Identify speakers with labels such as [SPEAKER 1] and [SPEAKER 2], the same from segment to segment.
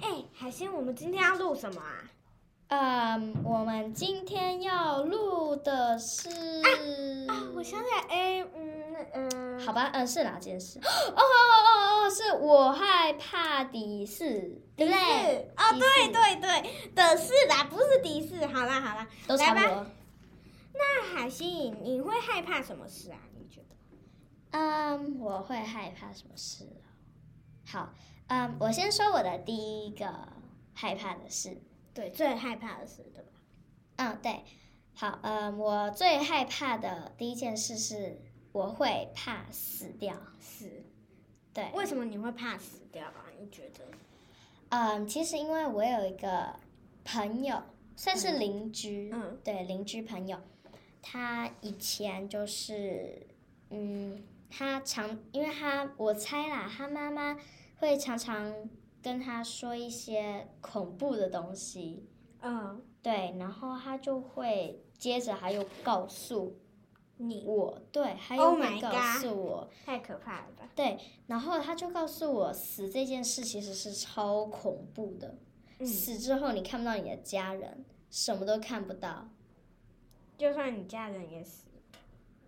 [SPEAKER 1] 哎们今天要录什么啊？
[SPEAKER 2] 嗯，我们今天要录的是，
[SPEAKER 1] 啊，我想起来，哎，嗯嗯，
[SPEAKER 2] 嗯好吧，嗯，是哪件 事？哦哦哦哦，是我害怕的事，对
[SPEAKER 1] 迪
[SPEAKER 2] 不
[SPEAKER 1] 士，
[SPEAKER 2] 对？
[SPEAKER 1] 哦，
[SPEAKER 2] 迪
[SPEAKER 1] 对
[SPEAKER 2] 士
[SPEAKER 1] 对对，的是啦，不是迪士。好啦好啦，
[SPEAKER 2] 都
[SPEAKER 1] 来
[SPEAKER 2] 差
[SPEAKER 1] 吧嗯
[SPEAKER 2] 不多。
[SPEAKER 1] 那海星，你会害怕什么事啊？你觉得？
[SPEAKER 2] 嗯，我会害怕什么事啊？好，嗯，我先说我的第一个害怕的事。
[SPEAKER 1] 对，最害怕的事，对吧？
[SPEAKER 2] 嗯，对，好，嗯，我最害怕的第一件事是我会怕死掉。
[SPEAKER 1] 死。
[SPEAKER 2] 对，
[SPEAKER 1] 为什么你会怕死掉啊？你觉得？
[SPEAKER 2] 嗯，其实因为我有一个朋友，算是
[SPEAKER 1] 嗯
[SPEAKER 2] 邻居，
[SPEAKER 1] 嗯
[SPEAKER 2] 对，邻居朋友，他以前就是，嗯，他常，因为他我猜啦，他妈妈会常常跟他说一些恐怖的东西，
[SPEAKER 1] 嗯，
[SPEAKER 2] 对，然后他就会接着还有告诉
[SPEAKER 1] 你
[SPEAKER 2] 我，对，还有
[SPEAKER 1] Oh
[SPEAKER 2] 会
[SPEAKER 1] my
[SPEAKER 2] 告
[SPEAKER 1] God
[SPEAKER 2] 诉我
[SPEAKER 1] 太可怕了吧？
[SPEAKER 2] 对，然后他就告诉我，死这件事其实是超恐怖的。
[SPEAKER 1] 嗯
[SPEAKER 2] 死之后，你看不到你的家人，什么都看不到，
[SPEAKER 1] 就算你家人也死，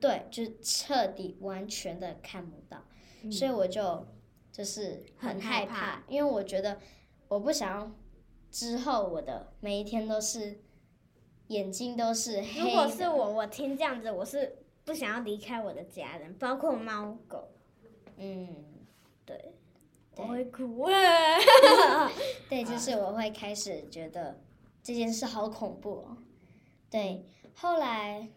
[SPEAKER 2] 对，就是彻底完全的看不到。
[SPEAKER 1] 嗯
[SPEAKER 2] 所以我就就是
[SPEAKER 1] 很
[SPEAKER 2] 很
[SPEAKER 1] 害
[SPEAKER 2] 害怕，因为我觉得我不想要之后我的每一天都是眼睛都是黑的。
[SPEAKER 1] 如果是我，我听这样子，我是不想要离开我的家人，包括猫狗，
[SPEAKER 2] 嗯，
[SPEAKER 1] 对，
[SPEAKER 2] 对
[SPEAKER 1] 我会哭。
[SPEAKER 2] 对，就是我会开始觉得这件事好恐怖哦。对，后来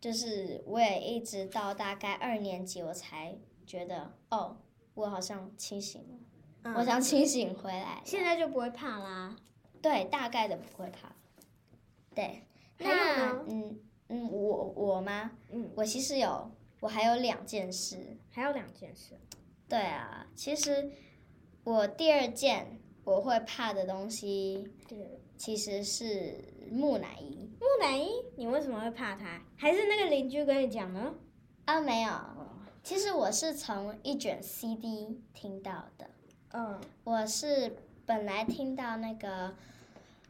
[SPEAKER 2] 就是我也一直到大概二年级，我才觉得哦，我好像清醒了，
[SPEAKER 1] 嗯
[SPEAKER 2] 我想清醒回来了。
[SPEAKER 1] 现在就不会怕啦。
[SPEAKER 2] 对，大概的不会怕。对，
[SPEAKER 1] 还有
[SPEAKER 2] 那
[SPEAKER 1] 呢
[SPEAKER 2] 嗯嗯，我我吗？
[SPEAKER 1] 嗯，
[SPEAKER 2] 我其实有，我还有两件事。
[SPEAKER 1] 还有两件事，
[SPEAKER 2] 对啊，其实我第二件我会怕的东西
[SPEAKER 1] 对，
[SPEAKER 2] 其实是木乃伊
[SPEAKER 1] 木乃伊，你为什么会怕它？还是那个邻居跟你讲呢？
[SPEAKER 2] 啊，没有。其实我是从一卷 CD 听到的，
[SPEAKER 1] 嗯
[SPEAKER 2] 我是本来听到那个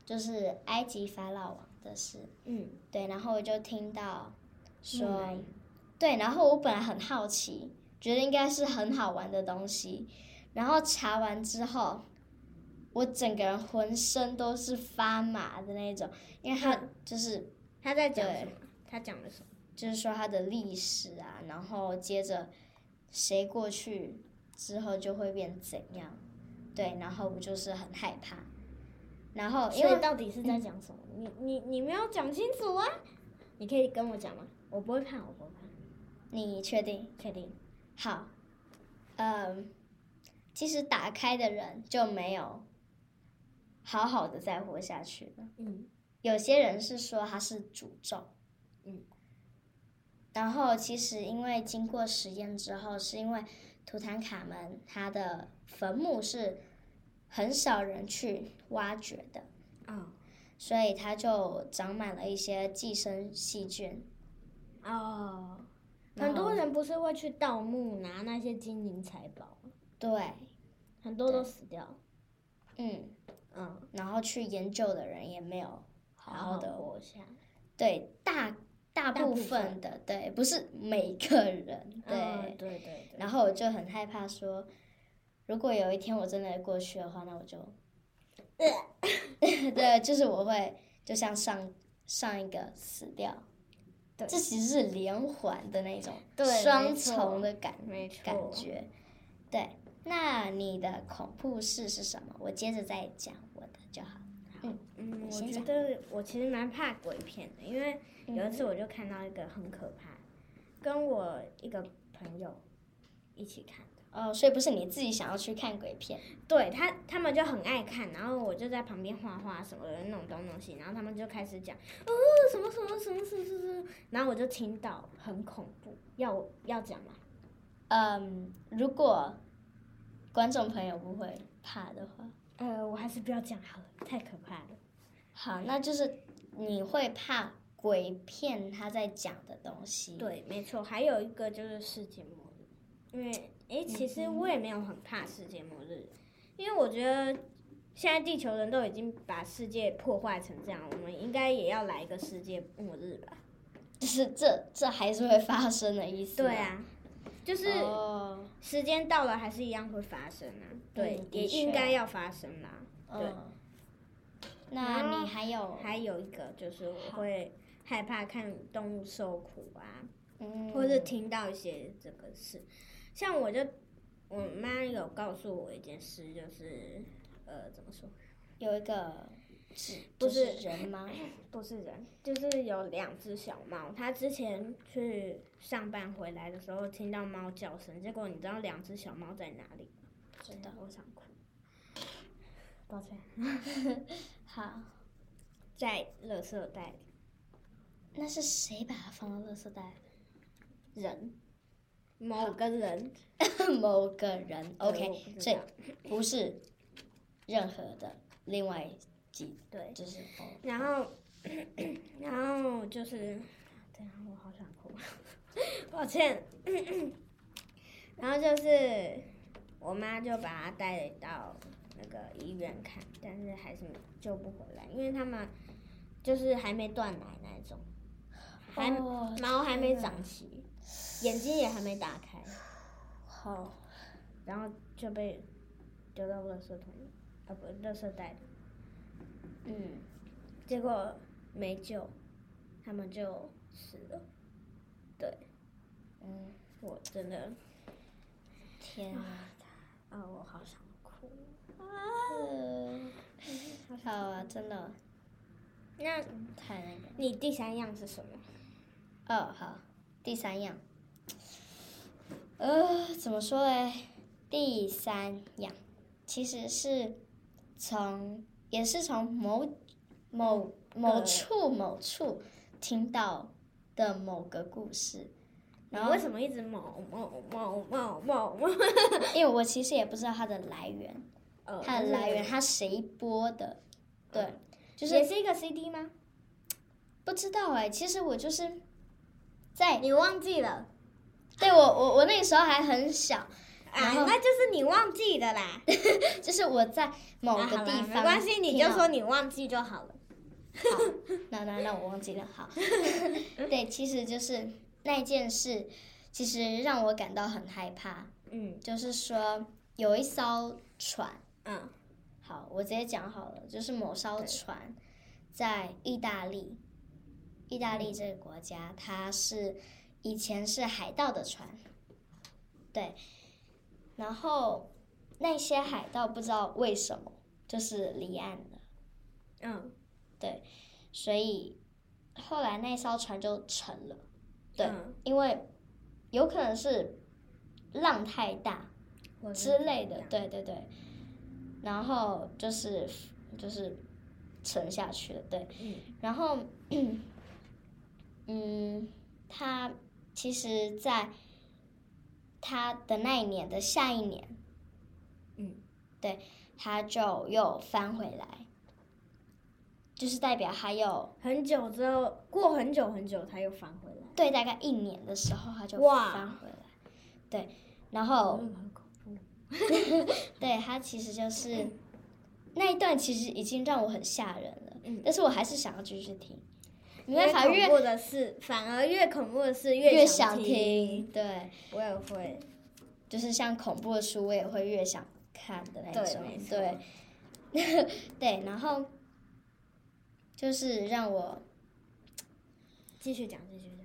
[SPEAKER 2] 就是埃及法老王的事，
[SPEAKER 1] 嗯，
[SPEAKER 2] 对，然后我就听到
[SPEAKER 1] 木
[SPEAKER 2] 说
[SPEAKER 1] 乃伊，
[SPEAKER 2] 对，然后我本来很好奇，觉得应该是很好玩的东西，然后查完之后，我整个人浑身都是发麻的那种，因为它
[SPEAKER 1] 嗯
[SPEAKER 2] 就是
[SPEAKER 1] 他在讲什么？他讲了什么？
[SPEAKER 2] 就是说它的历史啊，然后接着谁过去之后就会变怎样，对，然后我就是很害怕，然后因
[SPEAKER 1] 所以
[SPEAKER 2] 为
[SPEAKER 1] 到底是在讲什么？你你你没有讲清楚啊！嗯你可以跟我讲吗？我不会怕，我不会怕，
[SPEAKER 2] 你确定
[SPEAKER 1] 确定。
[SPEAKER 2] 好，嗯，其实打开的人就没有好好的再活下去了，
[SPEAKER 1] 嗯
[SPEAKER 2] 有些人是说它是诅咒，
[SPEAKER 1] 嗯，
[SPEAKER 2] 然后其实因为经过实验之后，是因为图坦卡门他的坟墓是很少人去挖掘的，
[SPEAKER 1] 哦
[SPEAKER 2] 所以它就长满了一些寄生细菌。
[SPEAKER 1] 哦，
[SPEAKER 2] 然
[SPEAKER 1] 很
[SPEAKER 2] 后
[SPEAKER 1] 多人不是会去盗墓拿那些金银财宝，
[SPEAKER 2] 对，
[SPEAKER 1] 很多都死掉。
[SPEAKER 2] 嗯，
[SPEAKER 1] 嗯，
[SPEAKER 2] 然后去研究的人也没有好
[SPEAKER 1] 好好
[SPEAKER 2] 好
[SPEAKER 1] 的
[SPEAKER 2] 的，
[SPEAKER 1] 活下来。
[SPEAKER 2] 对大大
[SPEAKER 1] 大部
[SPEAKER 2] 部分哦的对，不是每个人对。
[SPEAKER 1] 嗯对对对。
[SPEAKER 2] 然后我就很害怕说，如果有一天我真的过去的话，那我就，
[SPEAKER 1] 呃
[SPEAKER 2] 对，就是我会就像上上一个死掉，
[SPEAKER 1] 对
[SPEAKER 2] 这其实是连环的那种
[SPEAKER 1] 对没
[SPEAKER 2] 双
[SPEAKER 1] 错
[SPEAKER 2] 重的感
[SPEAKER 1] 没错
[SPEAKER 2] 感觉，对。那你的恐怖事是什么？我接着再讲我的就好。
[SPEAKER 1] 嗯，我
[SPEAKER 2] 先
[SPEAKER 1] 觉
[SPEAKER 2] 讲嗯
[SPEAKER 1] 得我其实蛮怕鬼片的，因为有一次我就看到一个很可怕，跟我一个朋友一起看的。
[SPEAKER 2] 哦，所以不是你自己想要去看鬼片，
[SPEAKER 1] 对他，他们就很爱看，然后我就在旁边画画什么的，弄东弄西，然后他们就开始讲，哦，什么什么什么什么什么，然后我就听到很恐怖，要我要讲吗？
[SPEAKER 2] 嗯，如果观众朋友不会怕的话，
[SPEAKER 1] 呃，我还是不要讲好了，太可怕了。
[SPEAKER 2] 好，那就是你会怕鬼片他在讲的东西。，
[SPEAKER 1] 对，没错，还有一个就是世界末日，
[SPEAKER 2] 嗯
[SPEAKER 1] 因为诶，其实我也没有很怕世界末日，因为我觉得现在地球人都已经把世界破坏成这样，我们应该也要来一个世界末日吧？
[SPEAKER 2] 就是这这还是会发生的意思。
[SPEAKER 1] 对，啊，就是
[SPEAKER 2] 哦，
[SPEAKER 1] 时间到了还是一样会发生啊，对，
[SPEAKER 2] 嗯的
[SPEAKER 1] 也应
[SPEAKER 2] 确
[SPEAKER 1] 该要发生啦。对
[SPEAKER 2] 嗯。那你还有
[SPEAKER 1] 还有一个就是我会害怕看动物受苦啊，
[SPEAKER 2] 嗯，
[SPEAKER 1] 或是听到一些这个事，像我就我妈有告诉我一件事，就是呃怎么说，
[SPEAKER 2] 有一个是
[SPEAKER 1] 不
[SPEAKER 2] 就是
[SPEAKER 1] 是
[SPEAKER 2] 人 吗？
[SPEAKER 1] 不是人，就是有两只小猫，它之前去上班回来的时候听到猫叫声，结果你知道两只小猫在哪里吗？
[SPEAKER 2] 知道
[SPEAKER 1] 真的我想哭，抱歉，
[SPEAKER 2] 好，
[SPEAKER 1] 在垃圾袋里
[SPEAKER 2] 那是谁把它放到垃圾袋？
[SPEAKER 1] 人某个人
[SPEAKER 2] 某个人。
[SPEAKER 1] 我
[SPEAKER 2] OK，
[SPEAKER 1] 不知
[SPEAKER 2] 所以
[SPEAKER 1] 道
[SPEAKER 2] 不是任何的另外几，
[SPEAKER 1] 对。
[SPEAKER 2] 就是哦
[SPEAKER 1] 然后， 然后就是，等一下我好想哭， 抱歉。 然后就是我妈就把她带到那个医院看，但是还是救不回来，因为他们就是还没断奶那一种，还、
[SPEAKER 2] 哦
[SPEAKER 1] 毛还没
[SPEAKER 2] 天
[SPEAKER 1] 长齐，眼睛也还没打开，
[SPEAKER 2] 好，
[SPEAKER 1] 然后就被丢到垃圾桶里，啊不，垃圾袋里。
[SPEAKER 2] 嗯，
[SPEAKER 1] 结果没救，他们就死了。对
[SPEAKER 2] 嗯，
[SPEAKER 1] 我真的
[SPEAKER 2] 天啊！
[SPEAKER 1] 啊、我好想哭。
[SPEAKER 2] 嗯好啊，真的
[SPEAKER 1] 那
[SPEAKER 2] 太那个。
[SPEAKER 1] 你第三样是什么？
[SPEAKER 2] 哦，好，第三样，呃，怎么说嘞？第三样其实是从也是从某某某
[SPEAKER 1] 个
[SPEAKER 2] 处某处听到的某个故事，然
[SPEAKER 1] 你
[SPEAKER 2] 后
[SPEAKER 1] 为什么一直某某某某某某？
[SPEAKER 2] 因为我其实也不知道它的来源，
[SPEAKER 1] 呃
[SPEAKER 2] 它的来源，
[SPEAKER 1] 就
[SPEAKER 2] 它谁播的，对，就是是
[SPEAKER 1] 也是一个 CD 吗？
[SPEAKER 2] 不知道哎、其实我就是在
[SPEAKER 1] 你忘记了
[SPEAKER 2] 对我我我那个时候还很小，然
[SPEAKER 1] 啊？
[SPEAKER 2] 后
[SPEAKER 1] 那就是你忘记的啦。
[SPEAKER 2] 就是我在某
[SPEAKER 1] 啊
[SPEAKER 2] 个
[SPEAKER 1] 好啦
[SPEAKER 2] 地方、
[SPEAKER 1] 没关系，你就说。你忘记就好了。
[SPEAKER 2] 好，那那那我忘记了。 好，对，其实就是那件事，其实让我感到很害怕。
[SPEAKER 1] 嗯
[SPEAKER 2] 就是说，有一艘船，
[SPEAKER 1] 嗯
[SPEAKER 2] 好，我直接讲好了，就是某艘
[SPEAKER 1] 对
[SPEAKER 2] 船在意大利，意大利这个国家，它是以前是海盗的船，对，然后那些海盗不知道为什么就是离岸了，
[SPEAKER 1] 嗯，
[SPEAKER 2] 所以后来那艘船就沉了，对，
[SPEAKER 1] 嗯
[SPEAKER 2] 因为有可能是浪太大，
[SPEAKER 1] 我
[SPEAKER 2] 之类
[SPEAKER 1] 是
[SPEAKER 2] 的
[SPEAKER 1] 这，样
[SPEAKER 2] 对对对。然后就是就是沉下去了，对。
[SPEAKER 1] 嗯
[SPEAKER 2] 然后，嗯，他其实在他的那一年的下一年，
[SPEAKER 1] 嗯，
[SPEAKER 2] 对，他就又翻回来，就是代表他又
[SPEAKER 1] 很久之后，过很久很久，他又返回来。
[SPEAKER 2] 对，大概一年的时候他就
[SPEAKER 1] 哇
[SPEAKER 2] 翻回来，对。然后，
[SPEAKER 1] 嗯，很恐怖。
[SPEAKER 2] 对，它其实就是那一段，其实已经让我很吓人了，
[SPEAKER 1] 嗯
[SPEAKER 2] 但是我还是想要继续听。没
[SPEAKER 1] 因
[SPEAKER 2] 办
[SPEAKER 1] 为
[SPEAKER 2] 法，
[SPEAKER 1] 恐
[SPEAKER 2] 越
[SPEAKER 1] 怖的事，反而越恐怖的事
[SPEAKER 2] 越
[SPEAKER 1] 想
[SPEAKER 2] 想听，对，
[SPEAKER 1] 我也会，
[SPEAKER 2] 就是像恐怖的书，我也会越想看的那
[SPEAKER 1] 对
[SPEAKER 2] 种
[SPEAKER 1] 没，错
[SPEAKER 2] 对， 对，然后就是让我
[SPEAKER 1] 继续讲，继续讲。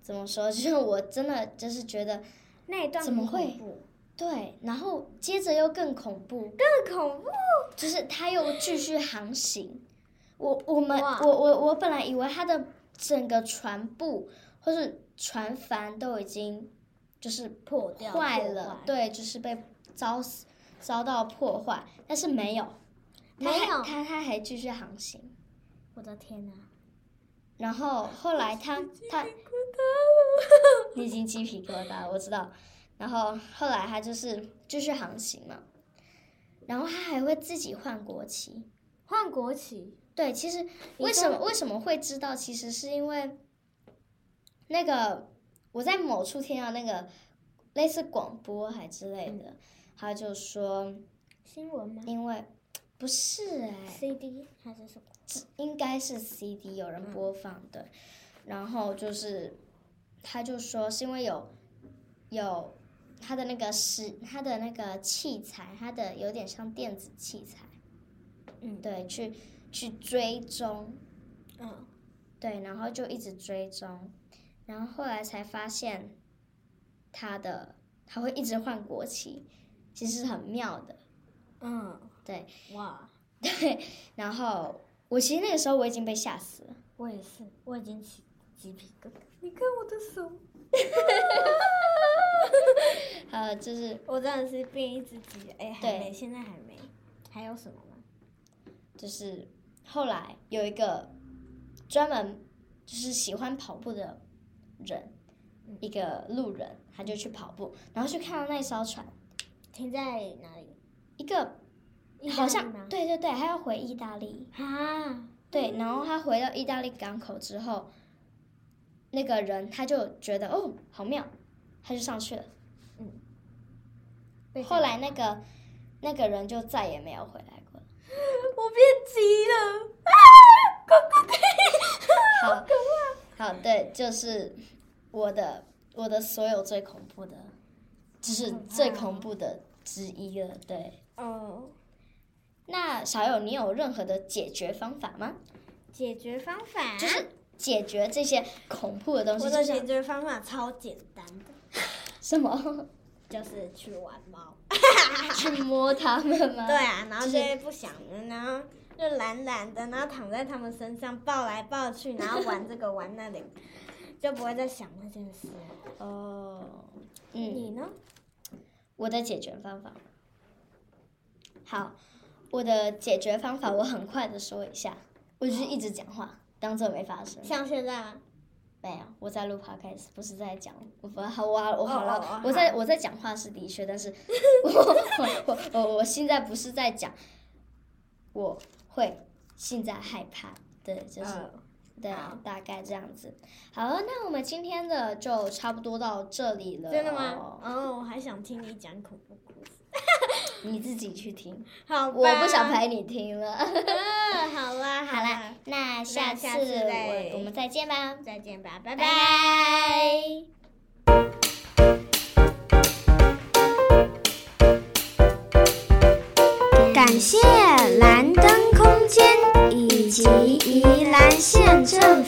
[SPEAKER 2] 怎么说，就是我真的就是觉得
[SPEAKER 1] 那一段
[SPEAKER 2] 怎么
[SPEAKER 1] 很
[SPEAKER 2] 会
[SPEAKER 1] 恐怖？
[SPEAKER 2] 对，然后接着又更恐怖，
[SPEAKER 1] 更恐怖！
[SPEAKER 2] 就是他又继续航行。我我们
[SPEAKER 1] 哇
[SPEAKER 2] 我我我本来以为他的整个船部或是船帆都已经就是
[SPEAKER 1] 破掉
[SPEAKER 2] 坏
[SPEAKER 1] 破
[SPEAKER 2] 了
[SPEAKER 1] 坏，
[SPEAKER 2] 对，就是被遭死遭到破坏，但是没有，他
[SPEAKER 1] 没
[SPEAKER 2] 还
[SPEAKER 1] 有
[SPEAKER 2] 他他还继续航行。
[SPEAKER 1] 我的天哪！
[SPEAKER 2] 然后后来他他
[SPEAKER 1] 哭到
[SPEAKER 2] 你已经鸡皮疙瘩了，我知道。然后后来他就是继续航行嘛，然后他还会自己换国旗。
[SPEAKER 1] 换国旗，
[SPEAKER 2] 对，其实为
[SPEAKER 1] 说
[SPEAKER 2] 什么为什么会知道？其实是因为那个我在某处听到那个类似广播还之类的，他就说，
[SPEAKER 1] 新闻吗？
[SPEAKER 2] 因为不是哎、
[SPEAKER 1] CD 还是什么？
[SPEAKER 2] 应该是 CD 有人播放的，然后就是他就说是因为有有他的那个是他的那个器材，他的有点像电子器材，
[SPEAKER 1] 嗯
[SPEAKER 2] 对，去去追踪，
[SPEAKER 1] 嗯，
[SPEAKER 2] 对，然后就一直追踪，然后后来才发现他的他会一直换国旗，其实很妙的。
[SPEAKER 1] 嗯，
[SPEAKER 2] 对，
[SPEAKER 1] 哇，
[SPEAKER 2] 然后我其实那个时候我已经被吓死了，
[SPEAKER 1] 我也是，我已经起鸡皮疙瘩。你看我的手，
[SPEAKER 2] 呃，就是
[SPEAKER 1] 我真的是变一只鸡。哎，还
[SPEAKER 2] 对
[SPEAKER 1] 没，现在还没。还有什么吗？
[SPEAKER 2] 就是后来有一个专门就是喜欢跑步的人，一个路人，他就去跑步，然后就看到那艘船，
[SPEAKER 1] 停在哪里？
[SPEAKER 2] 一个
[SPEAKER 1] 意大利
[SPEAKER 2] 好像
[SPEAKER 1] 吗？
[SPEAKER 2] 对对对，他要回意大利，
[SPEAKER 1] 啊，
[SPEAKER 2] 对，然后他回到意大利港口之后，那个人他就觉得哦好妙，他就上去了。
[SPEAKER 1] 被
[SPEAKER 2] 后来
[SPEAKER 1] 吓到
[SPEAKER 2] 那个那个人就再也没有回来过了。
[SPEAKER 1] 我变鸡了。
[SPEAKER 2] 好，好，对，就是我的我的所有最恐怖的，就是
[SPEAKER 1] 好可怕
[SPEAKER 2] 最
[SPEAKER 1] 哦
[SPEAKER 2] 恐怖的之一了。对，
[SPEAKER 1] 哦，
[SPEAKER 2] 那小友，你有任何的解决方法吗？
[SPEAKER 1] 解决方法
[SPEAKER 2] 就是解决这些恐怖的东西，
[SPEAKER 1] 我
[SPEAKER 2] 就
[SPEAKER 1] 的解
[SPEAKER 2] 像
[SPEAKER 1] 决方法超简单的，
[SPEAKER 2] 什么
[SPEAKER 1] 就是去玩猫。
[SPEAKER 2] 去摸它们吗？
[SPEAKER 1] 对，啊，然后
[SPEAKER 2] 就
[SPEAKER 1] 就是会不想，然后就懒懒的，然后躺在他们身上抱来抱去，然后玩这个玩那 里，就不会再想那件事了。
[SPEAKER 2] 哦，嗯，
[SPEAKER 1] 你呢？
[SPEAKER 2] 我的解决方法，好，我的解决方法，我很快的说一下，我就是一直讲话，当做没发生。
[SPEAKER 1] 像现在吗？
[SPEAKER 2] 没有，我在录 podcast，不是在讲，我不好，我我好
[SPEAKER 1] 哦哦
[SPEAKER 2] 了
[SPEAKER 1] 哦，
[SPEAKER 2] 我在
[SPEAKER 1] 好
[SPEAKER 2] 我在讲话是的确，但 是我我我我我现在不是在讲，我会现在害怕，对，就是、
[SPEAKER 1] 呃
[SPEAKER 2] 对
[SPEAKER 1] 好，
[SPEAKER 2] 大概这样子。好了，那我们今天的就差不多到这里了，
[SPEAKER 1] 真的吗？？哦，我还想听你讲恐怖故事。
[SPEAKER 2] 你自己去听，
[SPEAKER 1] 好吧，
[SPEAKER 2] 我不想陪你听了。
[SPEAKER 1] 呃 好啦，
[SPEAKER 2] 好啦，，那下次
[SPEAKER 1] 下次再
[SPEAKER 2] 我我们再见吧，
[SPEAKER 1] 再见吧，拜
[SPEAKER 2] 拜
[SPEAKER 1] 拜。
[SPEAKER 2] 拜
[SPEAKER 3] 感谢蓝灯空间以及宜兰县政